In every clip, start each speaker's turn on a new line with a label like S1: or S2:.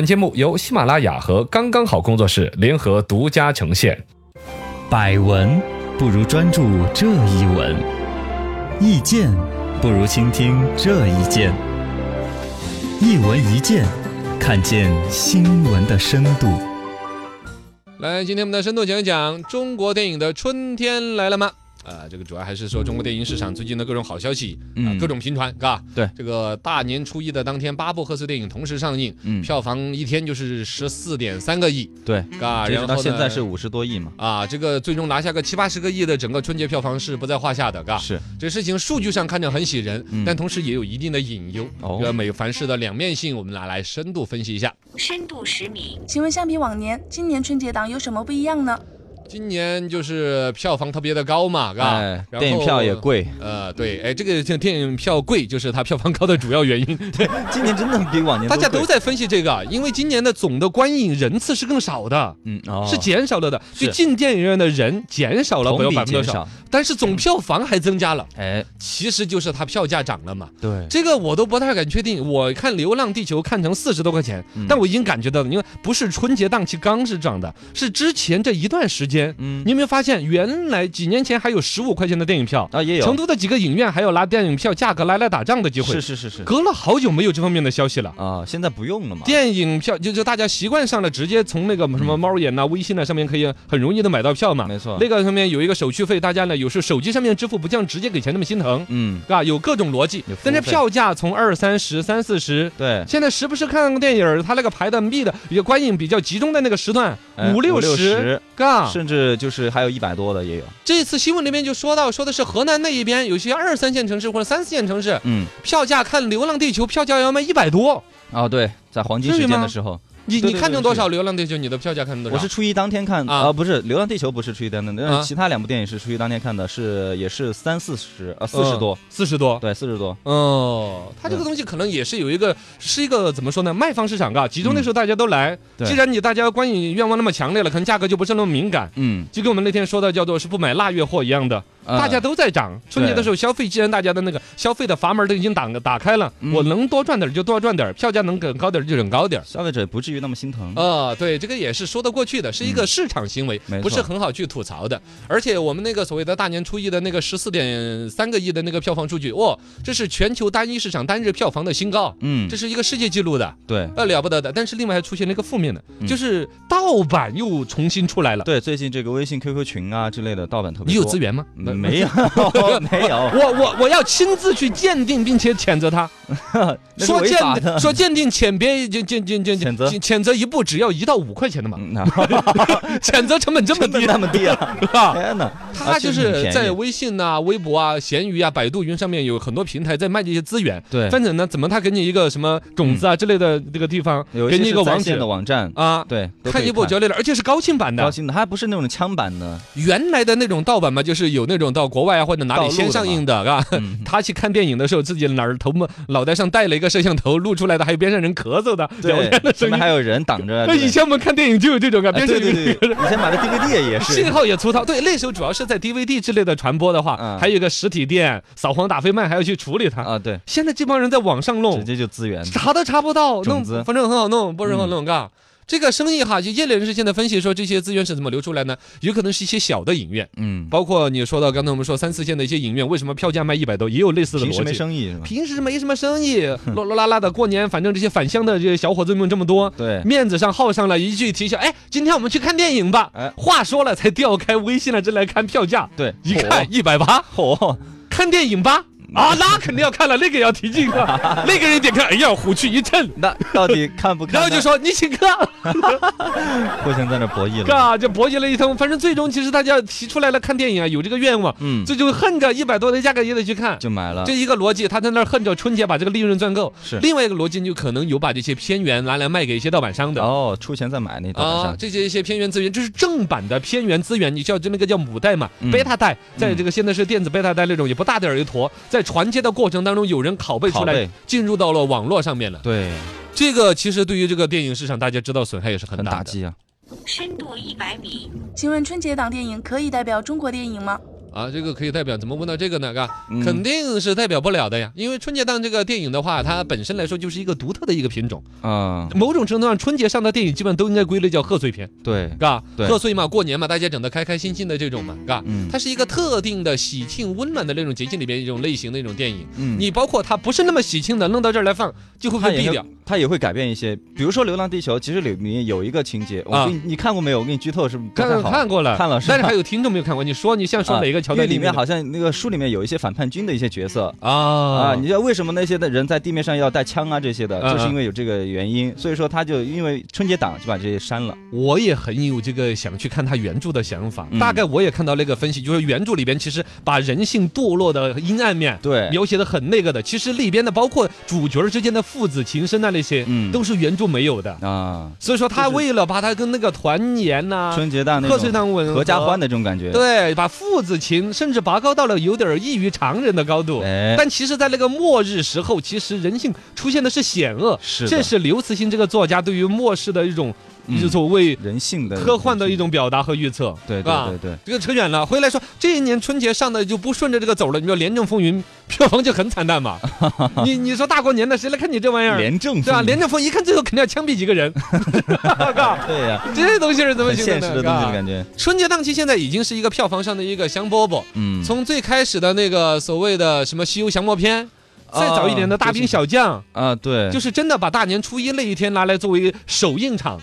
S1: 本节目由喜马拉雅和刚刚好工作室联合独家呈现。
S2: 百闻不如专注这一闻，意见不如倾听这一见。一闻一见，看见新闻的深度。
S3: 来，今天我们的深度讲一讲中国电影的春天来了吗？啊、这个主要还是说中国电影市场最近的各种好消息，啊、
S2: 嗯
S3: 各种频传，嘎。
S2: 对
S3: 这个大年初一的当天，八部贺岁电影同时上映，
S2: 嗯
S3: 票房一天就是十四点三个亿，
S2: 对，嗯
S3: 嘎。
S2: 截止
S3: 啊然后
S2: 到
S3: 呢
S2: 现在是五十多亿嘛？
S3: 啊，这个最终拿下个七八十个亿的整个春节票房是不在话下的，嘎。
S2: 是，
S3: 这事情数据上看着很喜人，
S2: 嗯
S3: 但同时也有一定的隐忧。
S2: 哦
S3: 这个每凡事的两面性，我们拿来深度分析一下。
S4: 深度十米。
S5: 请问相比往年，今年春节档有什么不一样呢？
S3: 今年就是票房特别的高嘛，嘎。
S2: 哎，
S3: 啊然后
S2: 电影票也贵，
S3: 呃，对，哎，这个这电影票贵就是它票房高的主要原 因，
S2: 今年真的比往年
S3: 大家都
S2: 贵
S3: 在分析这个，因为今年的总的观影人次是更少的，
S2: 嗯哦
S3: 是减少了的，
S2: 是
S3: 就进电影院的人减少了，
S2: 同
S3: 不要
S2: 比
S3: 百分之
S2: 减
S3: 多少，，但是总票房还增加了，
S2: 哎，
S3: 其实就是它票价涨了嘛。
S2: 对，
S3: 这个我都不太敢确定。我看《流浪地球》看成四十多块钱
S2: 嗯，
S3: 但我已经感觉到了，因为不是春节档期刚是涨的，是之前这一段时间，
S2: 嗯
S3: 你有没有发现，原来几年前还有十五块钱的电影票，
S2: 啊也
S3: 成
S2: 有，
S3: 都的几个影院还有拿电影票价格来来打仗的机会
S2: 是。是是是，
S3: 隔了好久没有这方面的消息了。
S2: 啊，现在不用了嘛？
S3: 电影票就就大家习惯上了，直接从那个什么猫眼呐、微信呐上面可以很容易的买到票嘛。
S2: 嗯没错
S3: 那个上面有一个手续费，大家呢有时手机上面支付不降，直接给钱那么心疼，
S2: 嗯，
S3: 啊，有各种逻辑
S2: 有服务。
S3: 但是
S2: 费哎
S3: 票价从二三十、三四十。
S2: 对，
S3: 现在时不时看个电影儿，它那个排的密的，也观影比较集中的那个时段，
S2: 哎
S3: 五六十，啊
S2: 十，
S3: 嘎。
S2: 甚至就是还有一百多的也有，
S3: 这次新闻里面就说到，说的是河南那一边有些二三线城市或者三四线城市，
S2: 嗯，
S3: 票价看《流浪地球》票价要卖一百多，
S2: 哦对，在黄金
S3: 至于
S2: 时间
S3: 吗
S2: 的时候。
S3: 你
S2: 对
S3: 你
S2: 对
S3: 看
S2: 对
S3: 中多
S2: 是
S3: 少《流浪地球》？你的票价看中多
S2: 我
S3: 少？
S2: 是初一当天看
S3: 啊
S2: 啊，不是《流浪地球》，不是初一当天，但
S3: 啊
S2: 是其他两部电影是初一当天看的，是也是三四十啊，四十
S3: 嗯
S2: 多，
S3: 四十多。
S2: 对，四十多，
S3: 哦，它这个东西可能也是有一个，是一个怎么说呢？卖方市场啊，集中的时候大家都来。
S2: 嗯对
S3: 既然你大家观影愿望那么强烈了，可能价格就不是那么敏感。
S2: 嗯，
S3: 就跟我们那天说的叫做是不买腊月货一样的，
S2: 呃
S3: 大家都在涨。春节的时候消费，既然大家的那个消费的阀门都已经打打开了，
S2: 嗯
S3: 我能多赚点儿就多赚点儿，票价能更高点儿就更高点儿。
S2: 消费者不至于那么心疼，
S3: 啊、对，这个也是说得过去的，是一个市场行为，
S2: 嗯没错
S3: 不是很好去吐槽的。而且我们那个所谓的大年初一的那个十四点三个亿的那个票房数据，哇、这是全球单一市场单日票房的新高，
S2: 嗯
S3: 这，是一个世界纪录的，
S2: 对
S3: 呃，了不得的。但是另外还出现了一个负面的，
S2: 嗯
S3: 就是盗版又重新出来了。
S2: 对，最近这个微信、QQ 群啊之类的盗版特别
S3: 你有资
S2: 源？
S3: 源吗？
S2: 没 有，没有，
S3: 我我我要亲自去鉴定，并且谴责他。
S2: 那是
S3: 说
S2: 违
S3: 鉴
S2: 法的，
S3: 说鉴定鉴别鉴鉴鉴鉴
S2: 谴责
S3: 谴责一部只要一到五块钱的嘛，
S2: 嗯那
S3: 谴责成本这么
S2: 成本
S3: 低
S2: 那么低 啊，
S3: 啊！
S2: 天哪，
S3: 他
S2: 啊
S3: 就
S2: 其实很
S3: 是
S2: 便宜
S3: 在微信呐、微博啊、闲鱼啊、百度云上面有很多平台在卖这些资源。
S2: 对，嗯
S3: 反正呢，怎么他给你一个什么种子啊之类的这个地方，
S2: 有
S3: 给
S2: 些
S3: 你一
S2: 是
S3: 个
S2: 在
S3: 网
S2: 线
S3: 址
S2: 的网站，
S3: 啊，
S2: 对，都可
S3: 看
S2: 以
S3: 一部就累了，而且是高清版
S2: 高
S3: 的。
S2: 清的，还不是那种枪版的，
S3: 原来的那种盗版嘛，就是有那种到国外啊或者哪
S2: 盗
S3: 里
S2: 录
S3: 先
S2: 的
S3: 上
S2: 嘛
S3: 映的，啊。
S2: 嗯
S3: 他去看电影的时候，自己哪儿头嘛脑袋上带了一个摄像头，录出来的，还有边上人咳嗽的、聊天的
S2: 对，上
S3: 声
S2: 面
S3: 音
S2: 还。有人挡着，
S3: 那以前我们看电影就有这种啊，
S2: 哎
S3: 边上
S2: 对
S3: 有
S2: 对
S3: 人
S2: 对，以前买的 DVD 也是
S3: 信，号也粗糙，对，那时候主要是在 DVD 之类的传播的话，
S2: 嗯
S3: 还有一个实体店扫黄打非卖，还要去处理它。
S2: 啊，对，
S3: 现在这帮人在网上
S2: 直
S3: 弄，
S2: 接就资源，
S3: 查都查不到，
S2: 种
S3: 弄
S2: 子嗯
S3: 反正很好弄，不是很好弄，嘎。这个生意哈，就业内人士现在分析说，这些资源是怎么流出来呢？有可能是一些小的影院，
S2: 嗯，
S3: 包括你说到刚才我们说三四线的一些影院，为什么票价卖一百多，也有类似的
S2: 平时
S3: 逻
S2: 没
S3: 辑。
S2: 生意是吧？
S3: 平时没什么生意，落落拉拉的。过年反正这些返乡的这些小伙子们这么多，
S2: 对，
S3: 面子上耗上了一句提醒，哎，今天我们去看电影吧。
S2: 哎，
S3: 话说了，才调开微信了，这来看票价，
S2: 对，
S3: 一看一百八，
S2: 火，
S3: 看电影吧。
S2: 嗯
S3: 啊，那肯定要看了，那个也要提劲 啊，那个人点开，哎呀，虎躯一震，
S2: 那到底看不看呢？
S3: 然后就说你请客，
S2: 互相在那博弈了。
S3: 嘎，就博弈了一通。反正最终其实大家提出来了看电影啊，有这个愿望，
S2: 嗯，
S3: 最终恨着一百多的价格也得去看。
S2: 就买了
S3: 这。一个逻辑，他在那儿恨着春节把这个利润赚够。
S2: 啊是
S3: 另外一个逻辑，你就可能有把这些片源拿来卖给一些盗版商的。
S2: 哦，出钱再买那盗版
S3: 啊，
S2: 商，
S3: 这些一些片源资源，这是正版的片源资源，你叫就那个叫母带嘛
S2: 嗯，
S3: 贝塔带，在
S2: 嗯
S3: 这个现在是电子贝塔带那种，也不大点儿一坨，在传接的过程当中，有人拷贝
S2: 拷
S3: 出来
S2: 贝，
S3: 进入到了网络上面了。
S2: 对，
S3: 这个其实对于这个电影市场，大家知道损害也是很
S2: 很打
S3: 大的。
S2: 击啊。
S4: 深度一百米。
S5: 请问春节档电影可以代表中国电影吗？
S3: 啊，这个可以代表，怎么问到这个呢？嘎，
S2: 嗯
S3: 肯定是代表不了的呀，因为春节档这个电影的话，它本身来说就是一个独特的一个品种，
S4: 啊，
S2: 嗯
S3: 某种程度上，春节上的电影基本都应该归类叫贺岁片，
S4: 对，
S3: 嘎，
S4: 对
S3: 贺岁嘛，过年嘛，大家整的开开心心的这种嘛，嘎，
S4: 嗯
S3: 它是一个特定的喜庆温暖的那种节庆里边一种类型的一种电影。
S4: 嗯
S3: 你包括它不是那么喜庆的，弄到这儿来放，就会
S4: 他
S3: 被
S4: 也
S3: 毙
S4: 会
S3: 掉。
S4: 他也会改变一些，比如说《流浪地球》，其实里面有一个情节，我
S3: 啊
S4: 给你你看过没有？我给你剧透是不不太
S3: 看
S4: 好。
S3: 看过了，
S4: 看了是吧
S3: 但是还有听众没有看过，你说你像说
S4: 啊
S3: 哪个桥
S4: 因为
S3: 段
S4: 里面
S3: 面
S4: 好像那个书里面有一些反叛军的一些角色。啊，
S3: 啊
S4: 你知道为什么那些的人在地面上要带枪啊这些的，
S3: 嗯
S4: 就是因为有这个原因，所以说他就因为春节档就把这些删了。
S3: 我也很有这个想去看他原著的想法。
S4: 嗯
S3: 大概我也看到那个分析，就是原著里边其实把人性堕落的阴暗面。
S4: 对，
S3: 描写的很那个的，其实里边的包括主角之间的父子情深啊那些，
S4: 嗯
S3: 都是原著没有的。
S4: 啊，
S3: 所以说他
S4: 就是
S3: 为了把他跟那个团圆呐、
S4: 春节档那
S3: 贺岁
S4: 种
S3: 档吻
S4: 合家欢
S3: 的，
S4: 的这种感觉。，
S3: 对，把父子情甚至拔高到了有点儿异于常人的高度。
S4: 哎，
S3: 但其实，在那个末日时候，其实人性出现的是险恶，
S4: 是的
S3: 这是刘慈欣这个作家对于末世的一种，
S4: 嗯
S3: 就所谓
S4: 人性的
S3: 科幻的一，种表达和预测，
S4: 对
S3: 是吧
S4: 对对对，
S3: 这个扯远了，回来说这一年春节上的就不顺着这个走了，你说《廉政风云》票房就很惨淡 嘛？你你说大过年的谁来看你这玩意儿？
S4: 廉政
S3: 对吧？啊
S4: 风
S3: 廉政风一看最后肯定要枪毙几个 人，
S4: 对呀，
S3: 这东西是怎么
S4: 很
S3: 形成
S4: 现实的东西
S3: 是
S4: 的
S3: 吧
S4: 感觉。
S3: 春节档期现在已经是一个票房上的一个香饽饽，
S4: 嗯，
S3: 从最开始的那个所谓的什么西游降魔篇，
S4: 啊
S3: 再早一点的大兵小将，
S4: 啊，对，
S3: 就是真的把大年初一那一天拿来作为首映场，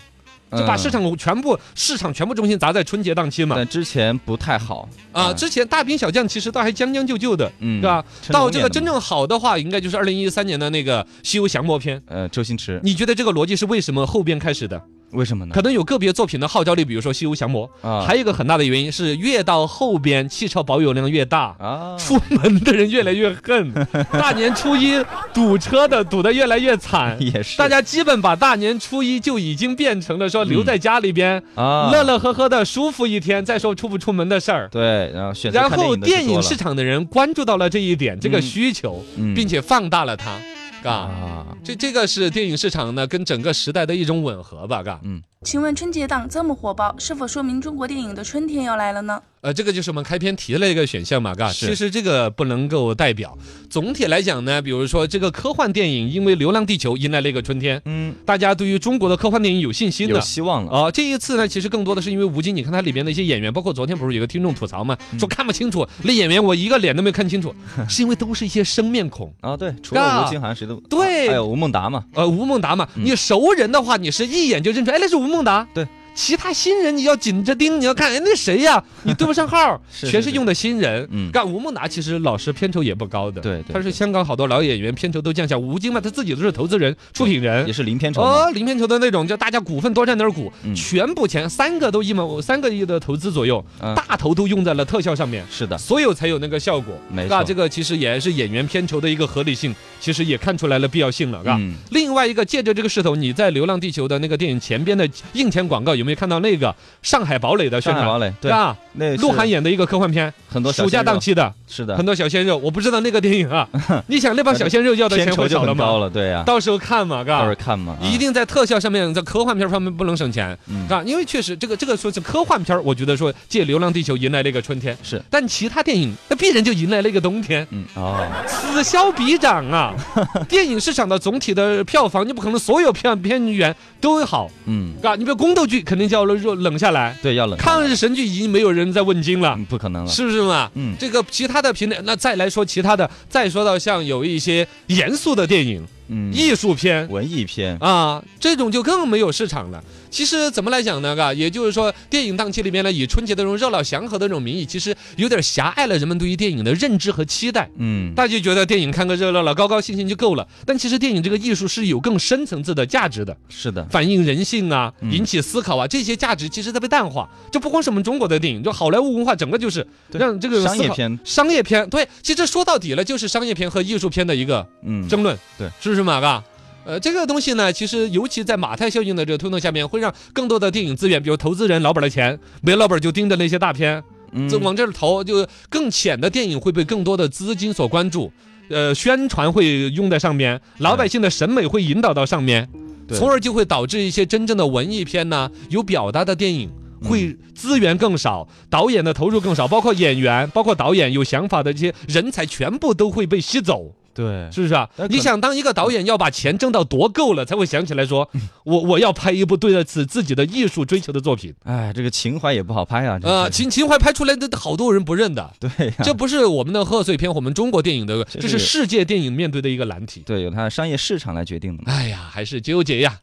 S3: 就把
S4: 嗯
S3: 市场全部市场全部重心砸在春节档期嘛。
S4: 但之前不太好
S3: 啊，之前大兵小将其实倒还将将就就的，
S4: 嗯
S3: 是吧？
S4: 成龙
S3: 到这
S4: 演
S3: 个
S4: 的
S3: 真
S4: 嘛
S3: 正好的话，应该就是二零一三年的那个西游降魔篇。
S4: 呃周星驰，
S3: 你觉得这个逻辑是为什么后边开始的？
S4: 为什么呢
S3: 可？能有个别作品的号召力，比如说《西游降魔》，
S4: 嗯啊
S3: 还有一个很大的原因是，越到后边汽车保有量越大，
S4: 啊，。
S3: 出门的人越来越恨，大年初一堵车的堵得越来越惨
S4: 也是
S3: 大家基本把大年初一就已经变成了说留在家里边、
S4: 啊
S3: 乐乐呵呵的舒服一天，再说出不出门的事儿。
S4: 对，然后选择
S3: 然
S4: 看
S3: 后
S4: 的就
S3: 电影
S4: 多
S3: 市
S4: 了
S3: 场的人关注到了这一点，这个
S4: 嗯
S3: 需求，
S4: 嗯
S3: 并且放大了它，嘎。
S4: 啊，
S3: 这这个是电影市场呢跟整个时代的一种吻合吧，嘎。
S5: 请问春节档这么火爆，是否说明中国电影的春天要来了呢？
S3: 呃，这个就是我们开篇提的那个选项嘛，嘎。
S4: 是
S3: 其实这个不能够代表。总体来讲呢，比如说这个科幻电影，因为《流浪地球》迎来了一个春天，
S4: 嗯，
S3: 大家对于中国的科幻电影有信心
S4: 有
S3: 的。
S4: 希望了，
S3: 哦，这一次呢，其实更多的是因为吴京，你看他里面的一些演员，包括昨天不是有个听众吐槽嘛，说看不清 楚，那演员我一个脸都没有看清楚，是因为都是一些生面 孔。
S4: 啊，对，除
S3: 嘎
S4: 了吴京好像谁都
S3: 对
S4: 还有吴孟达嘛，
S3: 呃，吴孟达嘛，
S4: 嗯
S3: 你熟人的话，你是一眼就认出，哎，那是吴孟达。
S4: 对，
S3: 其他新人你要紧着盯，你要看，哎，那谁呀？你对不上号儿，
S4: 是
S3: 全
S4: 是
S3: 是
S4: 是
S3: 用的新人。
S4: 嗯
S3: 干吴孟达其实老师片酬也不高的，
S4: 对对
S3: 他是香港好多老演员片酬都降下，吴京嘛，他自己都是投资人、出品人
S4: 也。是零片酬嘛，
S3: 哦，零片酬的那种，就大家股份多占点儿股，
S4: 嗯
S3: 全部钱三个都一毛三个亿的投资左右，
S4: 嗯
S3: 大头都用在了特效上面，
S4: 是的，
S3: 所有才有那个效果。
S4: 没
S3: 那
S4: 错
S3: 这个其实也是演员片酬的一个合理性，其实也看出来了必要性了，是吧？
S4: 嗯
S3: 另外一个借着这个势头，你在《流浪地球》的那个电影前边的硬钱广告有没有看到那个上海堡垒的宣
S4: 上海堡
S3: 传？
S4: 垒
S3: 对
S4: 对，
S3: 吧？
S4: 那
S3: 鹿晗
S4: 也
S3: 演的一个科幻片，
S4: 很多小
S3: 暑假
S4: 鲜
S3: 档
S4: 肉
S3: 期的
S4: 是的
S3: 很，多小鲜肉，我不知道那个电影 啊，你想那帮小鲜肉要的
S4: 片
S3: 钱
S4: 酬
S3: 会
S4: 就
S3: 少了
S4: 很高
S3: 吗？
S4: 了，对呀，
S3: 到时候看嘛，
S4: 到时候
S3: 嘎，
S4: 看嘛，啊
S3: 一定在特效上面，在科幻片方面不能省钱，
S4: 嗯
S3: 嘎，因为确实这个这个说是科幻片，我觉得说借《流浪地球》迎来了一个春天，
S4: 是，
S3: 但其他电影那必然就迎来了一个冬天。
S4: 嗯哦，
S3: 此消彼呃长 啊！电影市场的总体的票房，你不可能所有片片源都好，
S4: 嗯，
S3: 啊，你比如宫斗剧肯定就要热冷下来，
S4: 对，要冷
S3: 抗日神剧已经没有人在问津了，
S4: 嗯不可能了，
S3: 是不是嘛？
S4: 嗯
S3: 这个其他的评论，那再来说其他的，再说到像有一些严肃的电影、
S4: 嗯，
S3: 艺术片。
S4: 文艺片，
S3: 啊，这种就更没有市场了。其实怎么来讲呢？嘎，也就是说，电影档期里面呢，以春节的这种热闹祥和的这种名义，其实有点狭隘了人们对于电影的认知和期待。
S4: 嗯，
S3: 大家就觉得电影看个热闹了，高高兴兴就够了。但其实电影这个艺术是有更深层次的价值的，
S4: 是的，
S3: 反映人性啊，
S4: 嗯
S3: 引起思考啊，这些价值其实在被淡化。这不光是我们中国的电影，就好莱坞文化整个就是
S4: 对
S3: 让这个
S4: 商业
S3: 思考。
S4: 片，
S3: 商业片对，其实说到底了就是商业片和艺术片的一个
S4: 嗯，
S3: 争论，
S4: 对，
S3: 是不是马嘎？呃，这个东西呢，其实尤其在马太效应的这个推动下面，会让更多的电影资源，比如投资人、老板的钱，没老板就盯着那些大片，
S4: 嗯
S3: 这往这儿投，就更浅的电影会被更多的资金所关注，呃，宣传会用在上面，老百姓的审美会引导到上面，
S4: 对
S3: 从而就会导致一些真正的文艺片呐、有表达的电影会
S4: 嗯
S3: 资源更少，导演的投入更少，包括演员、包括导演有想法的这些人才，全部都会被吸走，
S4: 对，
S3: 是不是啊
S4: 那？可
S3: 你想当一个导演，要把钱挣到多够了，才会想起来说，
S4: 嗯
S3: 我我要拍一部对得起自己的艺术追求的作品。
S4: 哎，这个情怀也不好拍啊。这
S3: 呃，
S4: 个
S3: 秦秦淮拍出来的好多人不认的，
S4: 对呀、
S3: 这不是我们的贺岁片，我们中国电影的，
S4: 这
S3: 这是
S4: 是
S3: 世界电影面对的一个难题。
S4: 对，有它的商业市场来决定的嘛。
S3: 哎呀，还是纠结呀。